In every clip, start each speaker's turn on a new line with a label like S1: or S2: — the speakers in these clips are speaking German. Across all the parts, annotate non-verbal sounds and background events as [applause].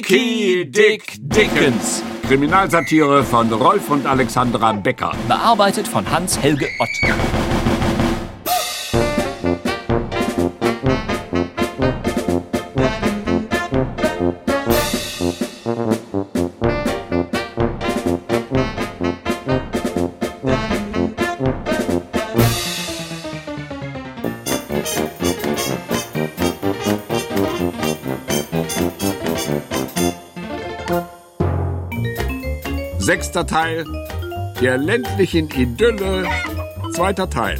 S1: Dicky Dick Dickens.
S2: Kriminalsatire von Rolf und Alexandra Becker.
S1: Bearbeitet von Hans-Helge Ott.
S2: Sechster Teil der ländlichen Idylle. Zweiter Teil.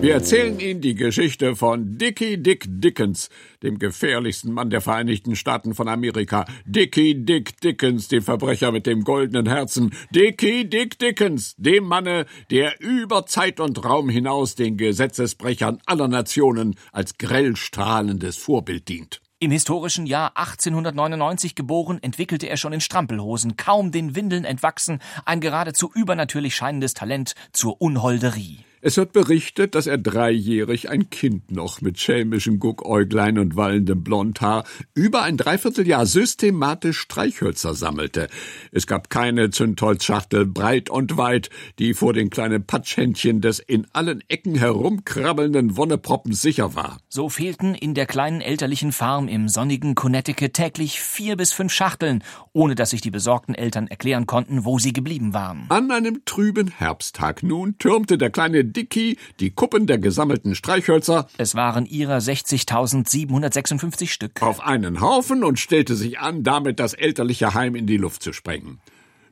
S2: Wir erzählen Ihnen die Geschichte von Dickie Dick Dickens, dem gefährlichsten Mann der Vereinigten Staaten von Amerika. Dickie Dick Dickens, dem Verbrecher mit dem goldenen Herzen. Dickie Dick Dickens, dem Manne, der über Zeit und Raum hinaus den Gesetzesbrechern aller Nationen als grell strahlendes Vorbild dient.
S1: Im historischen Jahr 1899 geboren, entwickelte er schon in Strampelhosen, kaum den Windeln entwachsen, ein geradezu übernatürlich scheinendes Talent zur Unholderie.
S2: Es wird berichtet, dass er dreijährig ein Kind noch mit schelmischem Guckäuglein und wallendem Blondhaar über ein Dreivierteljahr systematisch Streichhölzer sammelte. Es gab keine Zündholzschachtel breit und weit, die vor den kleinen Patschhändchen des in allen Ecken herumkrabbelnden Wonneproppen sicher war.
S1: So fehlten in der kleinen elterlichen Farm im sonnigen Connecticut täglich vier bis fünf Schachteln, ohne dass sich die besorgten Eltern erklären konnten, wo sie geblieben waren.
S2: An einem trüben Herbsttag nun türmte der kleine Dicky die Kuppen der gesammelten Streichhölzer
S1: Es waren ihrer 60.756 Stück.
S2: auf einen Haufen und stellte sich an, damit das elterliche Heim in die Luft zu sprengen.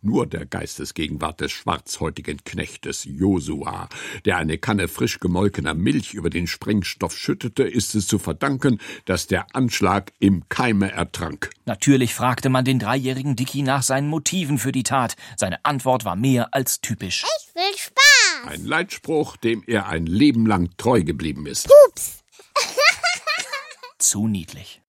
S2: Nur der Geistesgegenwart des schwarzhäutigen Knechtes Josua, der eine Kanne frisch gemolkener Milch über den Sprengstoff schüttete, ist es zu verdanken, dass der Anschlag im Keime ertrank.
S1: Natürlich fragte man den dreijährigen Dicky nach seinen Motiven für die Tat. Seine Antwort war mehr als typisch.
S3: Ich will Spaß.
S2: Ein Leitspruch, dem er ein Leben lang treu geblieben ist.
S1: Zu niedlich.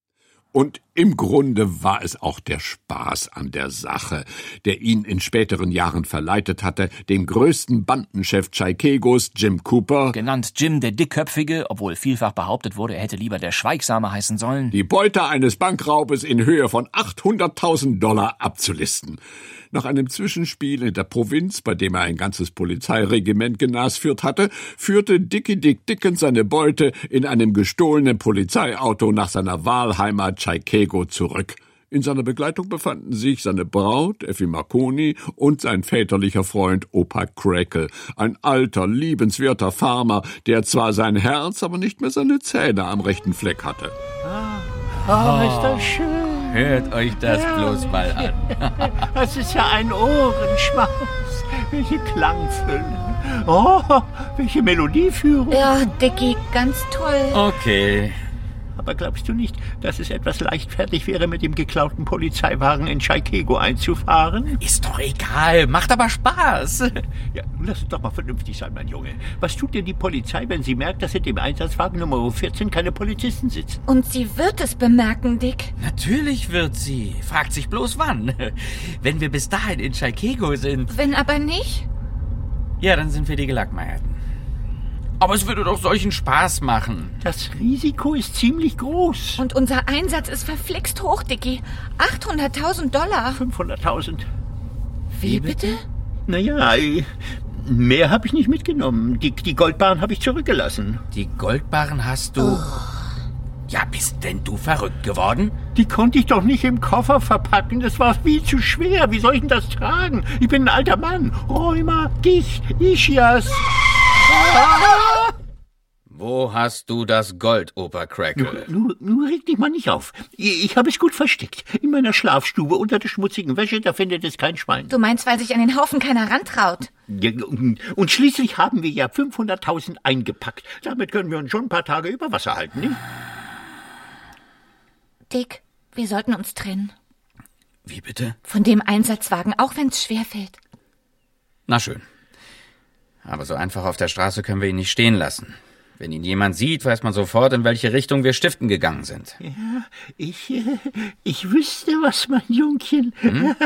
S2: Und im Grunde war es auch der Spaß an der Sache, der ihn in späteren Jahren verleitet hatte, dem größten Bandenchef Tschaikegos, Jim Cooper,
S1: Genannt Jim der Dickköpfige, obwohl vielfach behauptet wurde, er hätte lieber der Schweigsame heißen sollen.
S2: die Beute eines Bankraubes in Höhe von 800.000 Dollar abzulisten. Nach einem Zwischenspiel in der Provinz, bei dem er ein ganzes Polizeiregiment genasführt hatte, führte Dickie Dick Dickens seine Beute in einem gestohlenen Polizeiauto nach seiner Wahlheimat Tschaikego zurück. In seiner Begleitung befanden sich seine Braut, Effi Marconi, und sein väterlicher Freund Opa Crackle, ein alter, liebenswerter Farmer, der zwar sein Herz, aber nicht mehr seine Zähne am rechten Fleck hatte.
S4: Oh, ist das schön.
S5: Hört euch das bloß mal an.
S4: Das ist ja ein Ohrenschmaus. Welche Klangfülle. Oh, welche Melodieführung.
S6: Ja, Dicky, ganz toll.
S5: Okay.
S4: Aber glaubst du nicht, dass es etwas leichtfertig wäre, mit dem geklauten Polizeiwagen in Chaikego einzufahren?
S5: Ist doch egal. Macht aber Spaß.
S4: Ja, nun lass uns doch mal vernünftig sein, mein Junge. Was tut denn die Polizei, wenn sie merkt, dass in dem Einsatzwagen Nummer 14 keine Polizisten sitzen?
S6: Und sie wird es bemerken, Dick.
S5: Natürlich wird sie. Fragt sich bloß wann. Wenn wir bis dahin in Chaikego sind,
S6: Wenn aber nicht?
S5: ja, dann sind wir die Gelackmeierten. Aber es würde doch solchen Spaß machen.
S4: Das Risiko ist ziemlich groß.
S6: Und unser Einsatz ist verflixt hoch, Dicky. 800.000 Dollar.
S4: 500.000.
S6: Wie bitte?
S4: Naja, äh, mehr habe ich nicht mitgenommen. Die, die Goldbahn habe ich zurückgelassen.
S5: Die Goldbarren hast du. Ja, bist denn du verrückt geworden?
S4: Die konnte ich doch nicht im Koffer verpacken. Das war viel zu schwer. Wie soll ich denn das tragen? Ich bin ein alter Mann. Rheuma, Gicht, Ischias.
S5: Wo hast du das Gold, Opa Crackle?
S4: Nur, nur reg dich mal nicht auf. Ich, ich habe es gut versteckt. In meiner Schlafstube unter der schmutzigen Wäsche, da findet es kein Schwein.
S6: Du meinst, weil sich an den Haufen keiner rantraut.
S4: Und schließlich haben wir ja 500.000 eingepackt. Damit können wir uns schon ein paar Tage über Wasser halten, nicht?
S6: Dick, wir sollten uns trennen.
S5: Wie bitte?
S6: Von dem Einsatzwagen, auch wenn es schwerfällt.
S5: Na schön. Aber so einfach auf der Straße können wir ihn nicht stehen lassen. Wenn ihn jemand sieht, weiß man sofort, in welche Richtung wir stiften gegangen sind.
S4: Ja, ich, äh, ich wüsste was, mein Jungchen.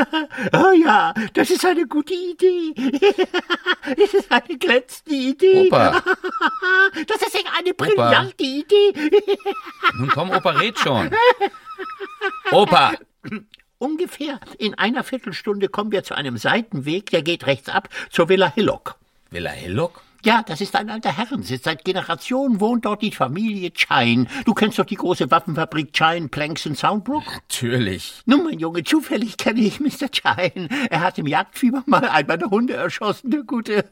S4: [laughs] oh ja, das ist eine gute Idee. [laughs] das ist eine glänzende Idee.
S5: Opa.
S4: das ist eine brillante Idee. [laughs]
S5: Nun komm, Opa, red schon. Opa!
S4: Ungefähr in einer Viertelstunde kommen wir zu einem Seitenweg, der geht rechts ab zur Villa Hillock.
S5: Villa Hillock?
S4: Ja, das ist ein alter Herrensitz. Seit Generationen wohnt dort die Familie Chine. Du kennst doch die große Waffenfabrik Chine Planks in Soundbrook?
S5: Natürlich.
S4: Nun, mein Junge, zufällig kenne ich Mr. Chine. Er hat im Jagdfieber mal einen meiner Hunde erschossen, der Gute.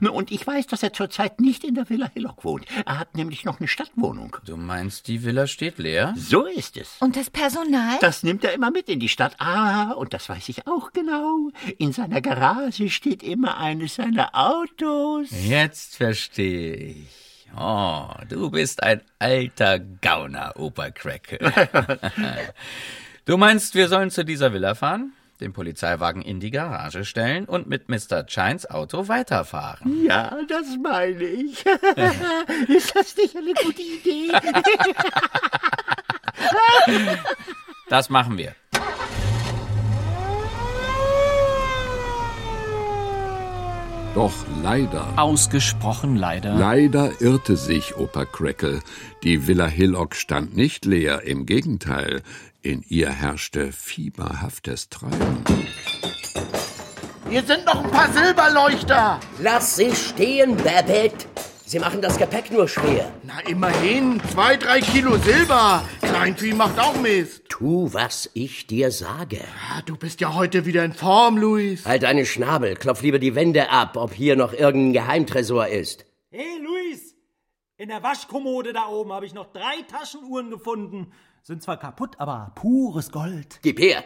S4: [laughs] Und ich weiß, dass er zurzeit nicht in der Villa Hillock wohnt. Er hat nämlich noch eine Stadtwohnung.
S5: Du meinst, die Villa steht leer?
S4: So ist es.
S6: Und das Personal?
S4: Das nimmt er immer mit in die Stadt. Ah, und das weiß ich auch genau. In seiner Garage steht immer eines seiner Autos.
S5: Jetzt verstehe ich. Oh, du bist ein alter Gauner, Opa Cracker. du meinst, wir sollen zu dieser Villa fahren, den Polizeiwagen in die Garage stellen und mit Mr. Chines Auto weiterfahren?
S4: Ja, das meine ich. [laughs] ist das nicht eine gute Idee?
S5: Das machen wir.
S2: Doch leider
S1: Ausgesprochen leider.
S2: Leider irrte sich Opa Crackle. Die Villa Hillock stand nicht leer, im Gegenteil. In ihr herrschte fieberhaftes Treiben.
S3: Hier sind noch ein paar Silberleuchter.
S7: Lass sie stehen, Babbitt. Sie machen das Gepäck nur schwer.
S3: Na, immerhin. Zwei, drei Kilo Silber. Kleinvieh macht auch Mist.
S7: Tu, was ich dir sage.
S3: Ah, du bist ja heute wieder in Form, Luis.
S7: Halt deine Schnabel, klopf lieber die Wände ab, ob hier noch irgendein Geheimtresor ist.
S8: Hey, Luis! In der Waschkommode da oben habe ich noch drei Taschenuhren gefunden. Sind zwar kaputt, aber pures Gold.
S7: Gib her.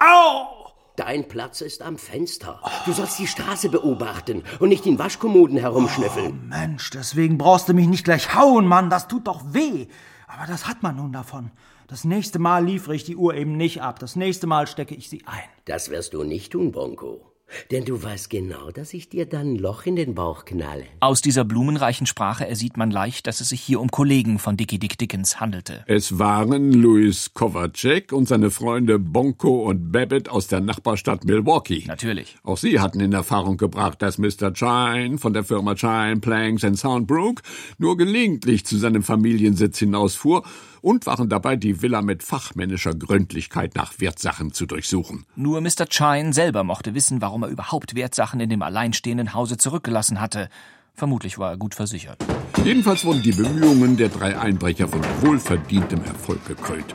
S8: Au!
S7: Dein Platz ist am Fenster. Du sollst die Straße beobachten und nicht in Waschkommoden herumschnüffeln.
S8: Mensch, deswegen brauchst du mich nicht gleich hauen, Mann. Das tut doch weh. Aber das hat man nun davon. Das nächste Mal liefere ich die Uhr eben nicht ab. Das nächste Mal stecke ich sie ein.
S7: Das wirst du nicht tun, Bonko. Denn du weißt genau, dass ich dir dann ein Loch in den Bauch knalle.
S1: Aus dieser blumenreichen Sprache ersieht man leicht, dass es sich hier um Kollegen von Dicky Dick Dickens handelte.
S2: Es waren Louis Kovacek und seine Freunde Bonko und Babbitt aus der Nachbarstadt Milwaukee.
S1: Natürlich.
S2: Auch sie hatten in Erfahrung gebracht, dass Mr. Chine von der Firma Chine Planks and Soundbrook nur gelegentlich zu seinem Familiensitz hinausfuhr und waren dabei, die Villa mit fachmännischer Gründlichkeit nach Wertsachen zu durchsuchen.
S1: Nur Mr. Chine selber mochte wissen, warum er überhaupt Wertsachen in dem alleinstehenden Hause zurückgelassen hatte. Vermutlich war er gut versichert.
S2: Jedenfalls wurden die Bemühungen der drei Einbrecher von wohlverdientem Erfolg gekrönt.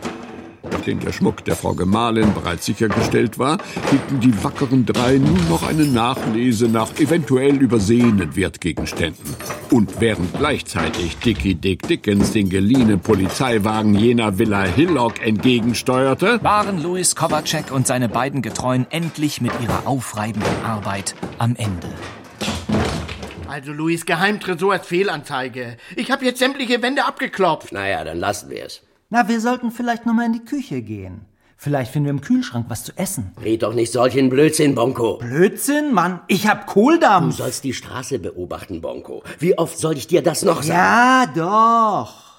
S2: Nachdem der Schmuck der Frau Gemahlin bereits sichergestellt war, hielten die wackeren drei nun noch eine Nachlese nach eventuell übersehenen Wertgegenständen. Und während gleichzeitig Dicky Dick Dickens den geliehenen Polizeiwagen jener Villa Hillock entgegensteuerte,
S1: Waren Louis Kovacek und seine beiden Getreuen endlich mit ihrer aufreibenden Arbeit am Ende.
S3: Also, Luis, Geheimtresor ist Fehlanzeige. Ich habe jetzt sämtliche Wände abgeklopft.
S7: Naja, dann lassen wir es.
S9: Na, wir sollten vielleicht noch mal in die Küche gehen. Vielleicht finden wir im Kühlschrank was zu essen.
S7: Red doch nicht solchen Blödsinn, Bonko.
S9: Blödsinn, Mann. Ich hab
S7: Du
S9: Kohldampf.
S7: sollst die Straße beobachten, Bonko. Wie oft soll ich dir das noch sagen?
S9: Ja, doch.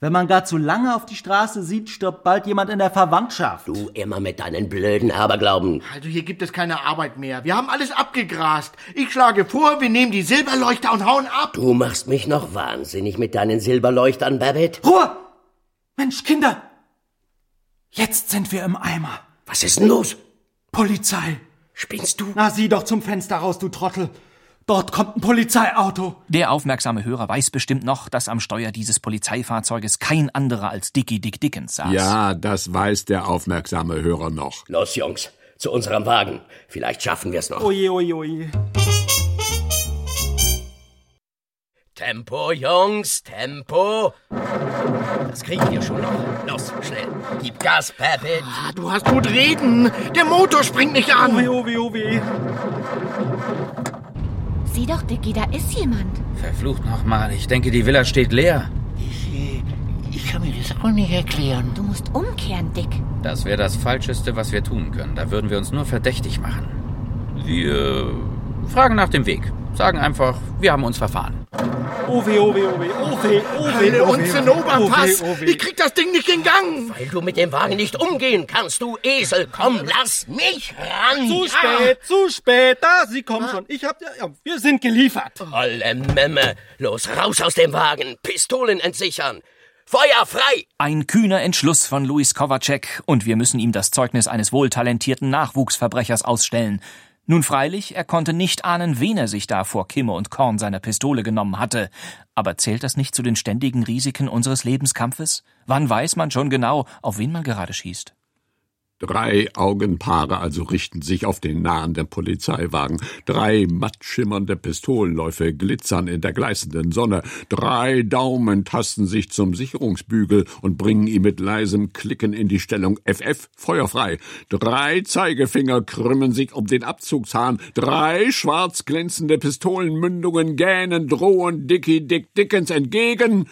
S9: Wenn man gar zu lange auf die Straße sieht, stirbt bald jemand in der Verwandtschaft.
S7: Du immer mit deinen blöden Aberglauben.
S3: Also, hier gibt es keine Arbeit mehr. Wir haben alles abgegrast. Ich schlage vor, wir nehmen die Silberleuchter und hauen ab.
S7: Du machst mich noch wahnsinnig mit deinen Silberleuchtern, Babbitt.
S9: Ruhe! Mensch, Kinder! Jetzt sind wir im Eimer.
S7: Was ist denn los?
S9: Polizei!
S7: Spinnst du?
S9: Na, sieh doch zum Fenster raus, du Trottel. Dort kommt ein Polizeiauto.
S1: Der aufmerksame Hörer weiß bestimmt noch, dass am Steuer dieses Polizeifahrzeuges kein anderer als Dicky Dick Dickens saß.
S2: ja, das weiß der aufmerksame Hörer noch.
S7: Los, Jungs, zu unserem Wagen. Vielleicht schaffen wir es noch.
S9: Oje, oje, oje.
S7: Tempo, Jungs, Tempo. Das kriegen wir schon noch. Los, schnell. Gib Gas, Babbitt.
S3: Ah, du hast gut reden. Der Motor springt nicht
S9: Oje,
S3: an.
S9: oje, oje.
S6: Sieh doch, Dicky, da ist jemand.
S5: Verflucht nochmal, ich denke, die Villa steht leer.
S4: Ich kann mir das auch nicht erklären.
S6: Du musst umkehren, Dick.
S5: Das wäre das Falscheste, was wir tun können. Da würden wir uns nur verdächtig machen. Wir fragen nach dem Weg. Sagen einfach, wir haben uns verfahren.
S8: Oh weh, oh weh, oh weh, oh weh, oh weh.
S3: Hölle
S8: oh weh,
S3: und
S8: oh weh,
S3: Zinnoberfass.
S8: oh weh, oh weh.
S3: Ich krieg das Ding nicht in Gang.
S7: Weil du mit dem Wagen nicht umgehen kannst, du Esel. Komm, lass mich ran.
S8: Zu spät, zu spät. Da, Sie kommen schon. Ich hab, ja, ja, wir sind geliefert.
S7: Alle Memme. Los, raus aus dem Wagen. Pistolen entsichern. Feuer frei.
S1: Ein kühner Entschluss von Luis Kovacek, und wir müssen ihm das Zeugnis eines wohltalentierten Nachwuchsverbrechers ausstellen. Nun freilich, er konnte nicht ahnen, wen er sich da vor Kimme und Korn seiner Pistole genommen hatte. Aber zählt das nicht zu den ständigen Risiken unseres Lebenskampfes? Wann weiß man schon genau, auf wen man gerade schießt?
S2: Drei Augenpaare also richten sich auf den nahenden Polizeiwagen. Drei matt schimmernde Pistolenläufe glitzern in der gleißenden Sonne. Drei Daumen tasten sich zum Sicherungsbügel und bringen ihn mit leisem Klicken in die Stellung FF feuerfrei. Drei Zeigefinger krümmen sich um den Abzugshahn. Drei schwarz glänzende Pistolenmündungen gähnen drohen Dicky Dick Dickens entgegen,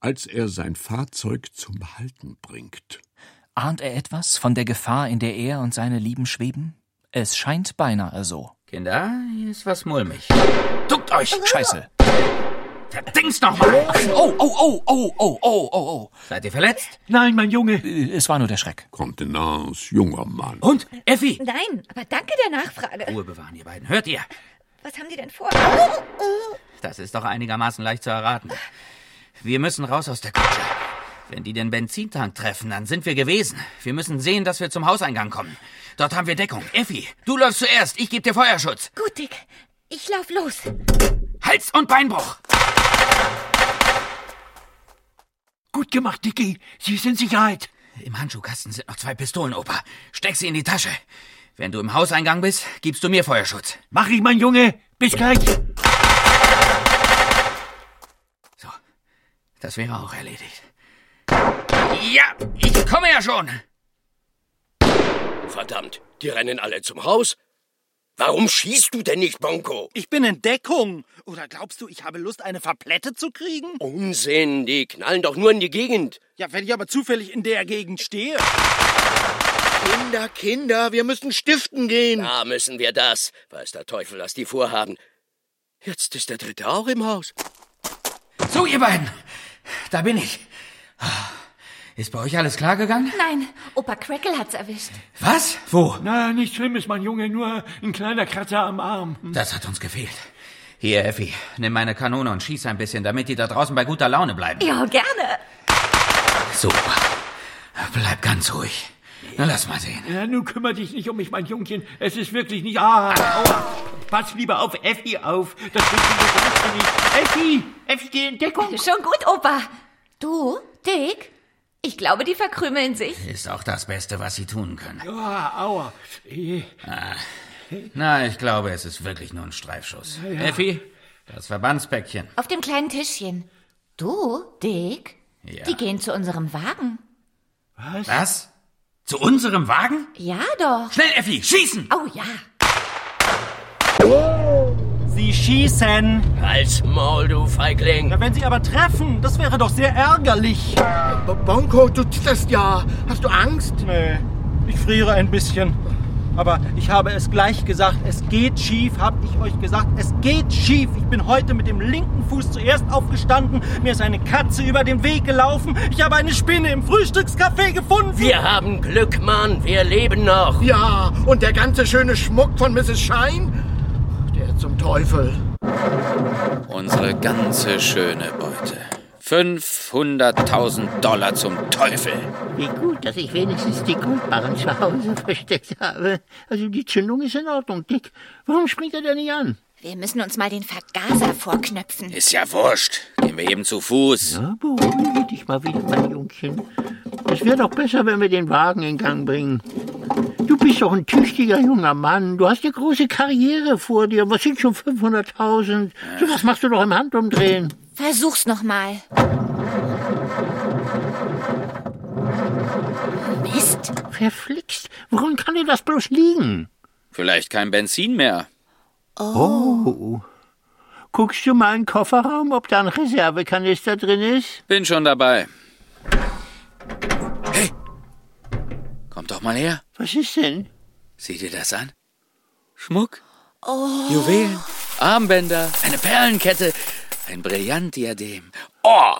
S2: als er sein Fahrzeug zum Halten bringt.
S1: Ahnt er etwas von der Gefahr, in der er und seine Lieben schweben? Es scheint beinahe so.
S5: Kinder, hier ist was mulmig.
S7: Duckt euch.
S1: Scheiße.
S5: Dings noch mal!
S1: Oh, oh, oh, oh, oh, oh, oh,
S5: Seid ihr verletzt?
S8: Nein, mein Junge.
S1: oh. Äh, Es war nur der Schreck.
S2: Kontenance, junger Mann.
S5: Und? Effi!
S6: Nein, aber danke der Nachfrage.
S5: Ruhe bewahren, ihr beiden. Hört ihr?
S6: Was haben die denn vor? Oh, oh.
S5: Das ist doch einigermaßen leicht zu erraten. Wir müssen raus aus der Kutsche. Wenn die den Benzintank treffen, dann sind wir gewesen. Wir müssen sehen, dass wir zum Hauseingang kommen. Dort haben wir Deckung. Effi, du läufst zuerst. Ich gebe dir Feuerschutz.
S6: Gut, Dick. Ich lauf los.
S5: Hals- und Beinbruch.
S4: Gut gemacht, Dicky. Sie sind Sicherheit.
S5: Im Handschuhkasten sind noch zwei Pistolen, Opa. Steck sie in die Tasche. Wenn du im Hauseingang bist, gibst du mir Feuerschutz.
S4: Mach ich, mein Junge. Bis gleich.
S5: So, das wäre auch erledigt. Ja, ich komme ja schon.
S7: Verdammt, die rennen alle zum Haus. Warum schießt du denn nicht, Bonko?
S8: Ich bin in Deckung. Oder glaubst du, ich habe Lust, eine Verplette zu kriegen?
S7: Unsinn, die knallen doch nur in die Gegend.
S8: Ja, wenn ich aber zufällig in der Gegend stehe.
S3: Kinder, Kinder, wir müssen stiften gehen.
S7: Da müssen wir das. Weiß der Teufel, was die vorhaben. Jetzt ist der Dritte auch im Haus.
S5: So, ihr beiden. Da bin ich. Ist bei euch alles klar gegangen?
S6: Nein, Opa Crackle hat's erwischt.
S5: Was? Wo?
S4: Na, nichts Schlimmes, mein Junge. Nur ein kleiner Kratzer am Arm. Hm.
S5: Das hat uns gefehlt. Hier, Effi, nimm meine Kanone und schieß ein bisschen, damit die da draußen bei guter Laune bleiben.
S6: Ja, gerne.
S5: Super. Bleib ganz ruhig. Na, lass mal sehen.
S4: Ja, nun kümmere dich nicht um mich, mein Jungchen. Es ist wirklich nicht... Ah, aua. Pass lieber auf Effi auf. Das bist du nicht. Effi! Effi, geh in Deckung.
S6: Schon gut, Opa. Du, Dick? Ich glaube, die verkrümeln sich.
S5: Ist auch das Beste, was sie tun können. Ah.
S4: Ah, aua. Eh,
S5: Na, ich glaube, es ist wirklich nur ein Streifschuss. Effi, das Verbandspäckchen.
S6: Auf dem kleinen Tischchen. Du, Dick?
S5: Ja.
S6: Die gehen zu unserem Wagen.
S5: Was? Zu unserem Wagen?
S6: Ja, doch.
S5: Schnell, Effi, schießen!
S6: Oh ja.
S8: Sie schießen.
S7: Als Maul, du Feigling.
S8: Ja, wenn Sie aber treffen, das wäre doch sehr ärgerlich.
S3: B- Bonko, du zitterst ja. Hast du Angst?
S8: Nee, ich friere ein bisschen. Aber ich habe es gleich gesagt, es geht schief, hab ich euch gesagt, es geht schief. Ich bin heute mit dem linken Fuß zuerst aufgestanden, mir ist eine Katze über den Weg gelaufen, ich habe eine Spinne im Frühstückscafé gefunden.
S7: Wir haben Glück, Mann. Wir leben noch.
S3: Ja, und der ganze schöne Schmuck von Mrs. Schein? Der zum Teufel.
S5: Unsere ganze schöne Beute. 500.000 Dollar zum Teufel.
S4: wie gut, dass ich wenigstens die Goldbarren zu Hause [laughs] versteckt habe. Also die Zündung ist in Ordnung, Dick. Warum springt er denn nicht an?
S6: Wir müssen uns mal den Vergaser vorknöpfen.
S5: Ist ja wurscht. Gehen wir eben zu Fuß.
S4: Na, beruhige dich mal wieder, mein Jungchen. Es wäre doch besser, wenn wir den Wagen in Gang bringen. Du bist doch ein tüchtiger junger Mann. Du hast eine große Karriere vor dir. Was sind schon 500.000? Sowas machst du doch im Handumdrehen.
S6: Versuch's nochmal. Mist.
S4: Verflixt. Woran kann dir das bloß liegen?
S5: Vielleicht kein Benzin mehr.
S4: Oh. Guckst du mal in den Kofferraum, ob da ein Reservekanister drin ist?
S5: Bin schon dabei. Hey! Kommt doch mal her.
S4: Was ist denn?
S5: Seht ihr das an? Schmuck? Juwelen? Armbänder? Eine Perlenkette? ein Brillantdiadem. Oh,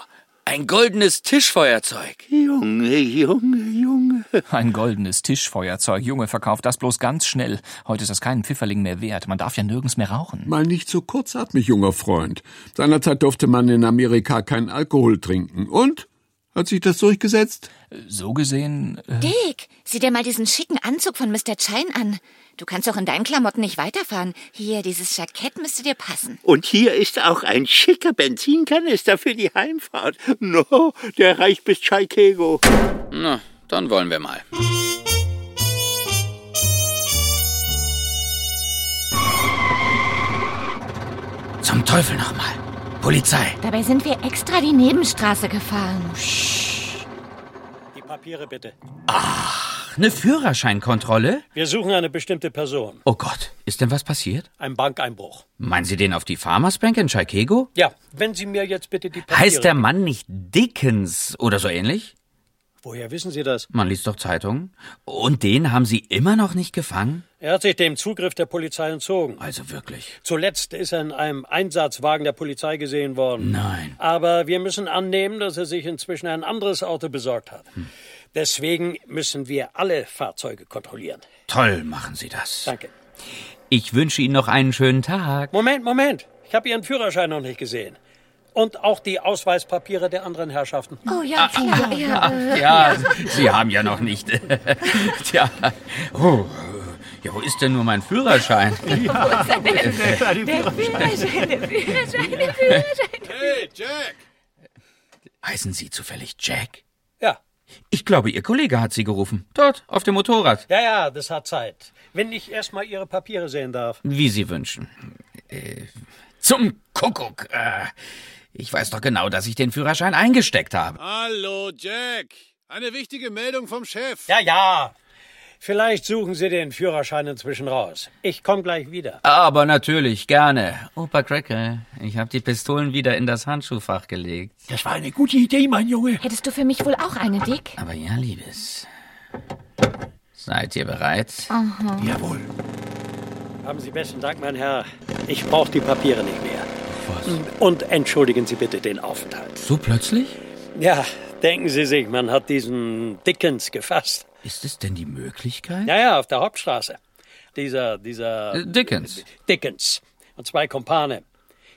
S5: ein goldenes Tischfeuerzeug.
S4: Junge, Junge, Junge.
S1: Ein goldenes Tischfeuerzeug. Junge, verkauft das bloß ganz schnell. Heute ist das keinen Pfifferling mehr wert. Man darf ja nirgends mehr rauchen.
S2: Mal nicht so kurzatmig, junger Freund. Seinerzeit durfte man in Amerika keinen Alkohol trinken. Und? Hat sich das durchgesetzt?
S1: So gesehen, äh,
S6: Dick, sieh dir mal diesen schicken Anzug von Mr. Chine an. Du kannst doch in deinen Klamotten nicht weiterfahren. Hier, dieses Jackett müsste dir passen.
S4: Und hier ist auch ein schicker Benzinkanister für die Heimfahrt. No, der reicht bis Chaikego.
S5: Na, dann wollen wir mal. Zum Teufel nochmal. Polizei.
S6: Dabei sind wir extra die Nebenstraße gefahren.
S8: Die Papiere bitte.
S5: Eine Führerscheinkontrolle?
S8: Wir suchen eine bestimmte Person.
S5: Oh Gott, ist denn was passiert?
S8: Ein Bankeinbruch.
S5: Meinen Sie den auf die Farmers Bank in Chicago?
S8: Ja, wenn Sie mir jetzt bitte die Papiere...
S5: Heißt der Mann nicht Dickens oder so ähnlich?
S8: Woher wissen Sie das?
S5: Man liest doch Zeitungen. Und den haben Sie immer noch nicht gefangen?
S8: Er hat sich dem Zugriff der Polizei entzogen.
S5: Also wirklich.
S8: Zuletzt ist er in einem Einsatzwagen der Polizei gesehen worden.
S5: Nein.
S8: Aber wir müssen annehmen, dass er sich inzwischen ein anderes Auto besorgt hat. Deswegen müssen wir alle Fahrzeuge kontrollieren.
S5: Toll machen Sie das.
S8: Danke.
S5: Ich wünsche Ihnen noch einen schönen Tag.
S8: Moment, Moment. Ich habe Ihren Führerschein noch nicht gesehen. Und auch die Ausweispapiere der anderen Herrschaften.
S6: Oh ja, klar. ja, äh,
S5: Ja, Sie haben ja noch nicht. [laughs] Tja. Oh. Ja, wo ist denn nur mein Führerschein?
S2: Hey, Jack!
S5: Heißen Sie zufällig Jack?
S8: Ja,
S5: Ich glaube, Ihr Kollege hat Sie gerufen. Dort, auf dem Motorrad.
S8: ja, ja, das hat Zeit. Wenn ich erstmal Ihre Papiere sehen darf.
S5: Wie Sie wünschen. Äh, zum Kuckuck. Äh, ich weiß doch genau, dass ich den Führerschein eingesteckt habe.
S2: Hallo, Jack! Eine wichtige Meldung vom Chef.
S8: Ja, ja. Vielleicht suchen Sie den Führerschein inzwischen raus. Ich komme gleich wieder.
S5: Aber natürlich, gerne. Opa Cracker, ich habe die Pistolen wieder in das Handschuhfach gelegt.
S4: Das war eine gute Idee, mein Junge.
S6: Hättest du für mich wohl auch eine, Dick?
S5: Aber ja, Liebes. Seid ihr bereit?
S4: Jawohl.
S8: Haben Sie besten Dank, mein Herr. Ich brauche die Papiere nicht mehr. Und entschuldigen Sie bitte den Aufenthalt.
S5: So plötzlich?
S8: Ja, denken Sie sich, man hat diesen Dickens gefasst.
S5: Ist es denn die Möglichkeit?
S8: Ja, ja, auf der Hauptstraße. Dieser, dieser
S5: Äh, Dickens.
S8: Dickens und zwei Kumpane.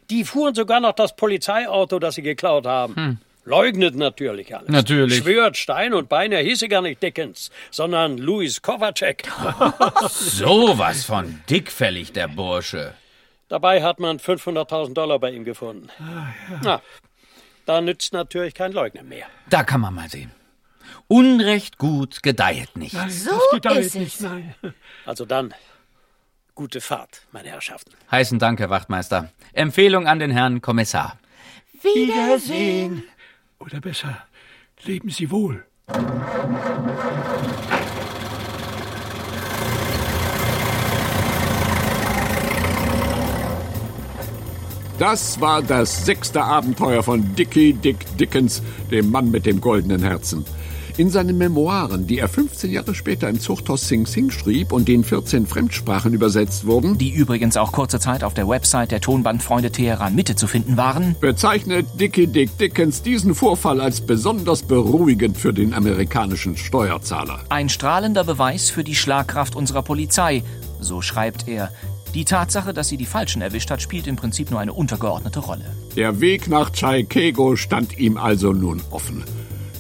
S8: Die fuhren sogar noch das Polizeiauto, das sie geklaut haben. Leugnet natürlich alles.
S5: Natürlich.
S8: Schwört Stein und Bein, er hieße gar nicht Dickens, sondern Louis Kovacek.
S5: Sowas von dickfällig, der Bursche.
S8: Dabei hat man 500.000 Dollar bei ihm gefunden. Na, da nützt natürlich kein Leugnen mehr.
S5: Da kann man mal sehen. Unrecht gut gedeiht nicht.
S6: So ist es.
S8: Also dann, gute Fahrt, meine Herrschaften.
S5: Heißen Dank, Herr Wachtmeister. Empfehlung an den Herrn Kommissar.
S6: Wiedersehen.
S4: Oder besser, leben Sie wohl.
S2: Das war das sechste Abenteuer von Dickie Dick Dickens, dem Mann mit dem goldenen Herzen. In seinen Memoiren, die er 15 Jahre später im Zuchthaus Sing Sing schrieb und die in 14 Fremdsprachen übersetzt wurden,
S1: die übrigens auch kurze Zeit auf der Website der Tonbandfreunde Teheran Mitte zu finden waren,
S2: bezeichnet Dickie Dick Dickens diesen Vorfall als besonders beruhigend für den amerikanischen Steuerzahler.
S1: ein strahlender Beweis für die Schlagkraft unserer Polizei. So schreibt er. Die Tatsache, dass sie die Falschen erwischt hat, spielt im Prinzip nur eine untergeordnete Rolle.
S2: Der Weg nach Chaikego stand ihm also nun offen.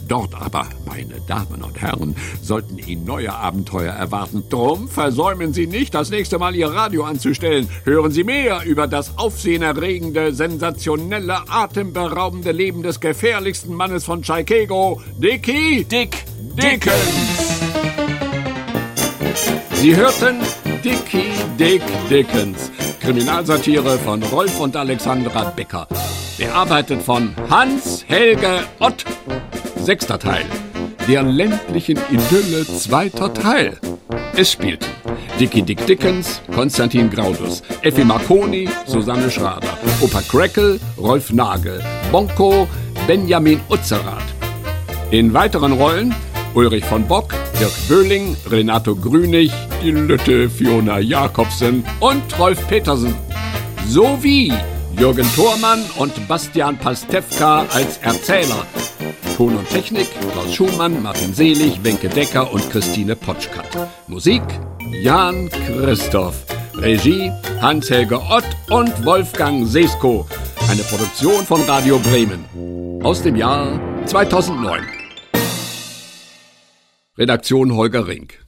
S2: Dort aber, meine Damen und Herren, sollten ihn neue Abenteuer erwarten. Drum versäumen Sie nicht, das nächste Mal Ihr Radio anzustellen. Hören Sie mehr über das aufsehenerregende, sensationelle, atemberaubende Leben des gefährlichsten Mannes von Chaikego, Dicky
S1: Dick!
S2: Dickens. Sie hörten Dicky Dick Dickens. Kriminalsatire von Rolf und Alexandra Becker. Bearbeitet von Hans-Helge Ott. Sechster Teil. Der ländlichen Idylle zweiter Teil. Es spielten Dicky Dick Dickens, Konstantin Graudus, Effi Marconi, Susanne Schrader, Opa Crackle, Rolf Nagel, Bonko, Benjamin Utzerath. In weiteren Rollen Ulrich von Bock, Dirk Böhling, Renato Grünig, die Lütte Fiona Jakobsen und Rolf Petersen. Sowie Jürgen Thormann und Bastian Pastewka als Erzähler. Ton und Technik Klaus Schumann, Martin Selig, Wenke Decker und Christine Potschkat. Musik Jan Christoph. Regie Hans-Helge Ott und Wolfgang Sesko. Eine Produktion von Radio Bremen aus dem Jahr 2009. Redaktion Holger Rink.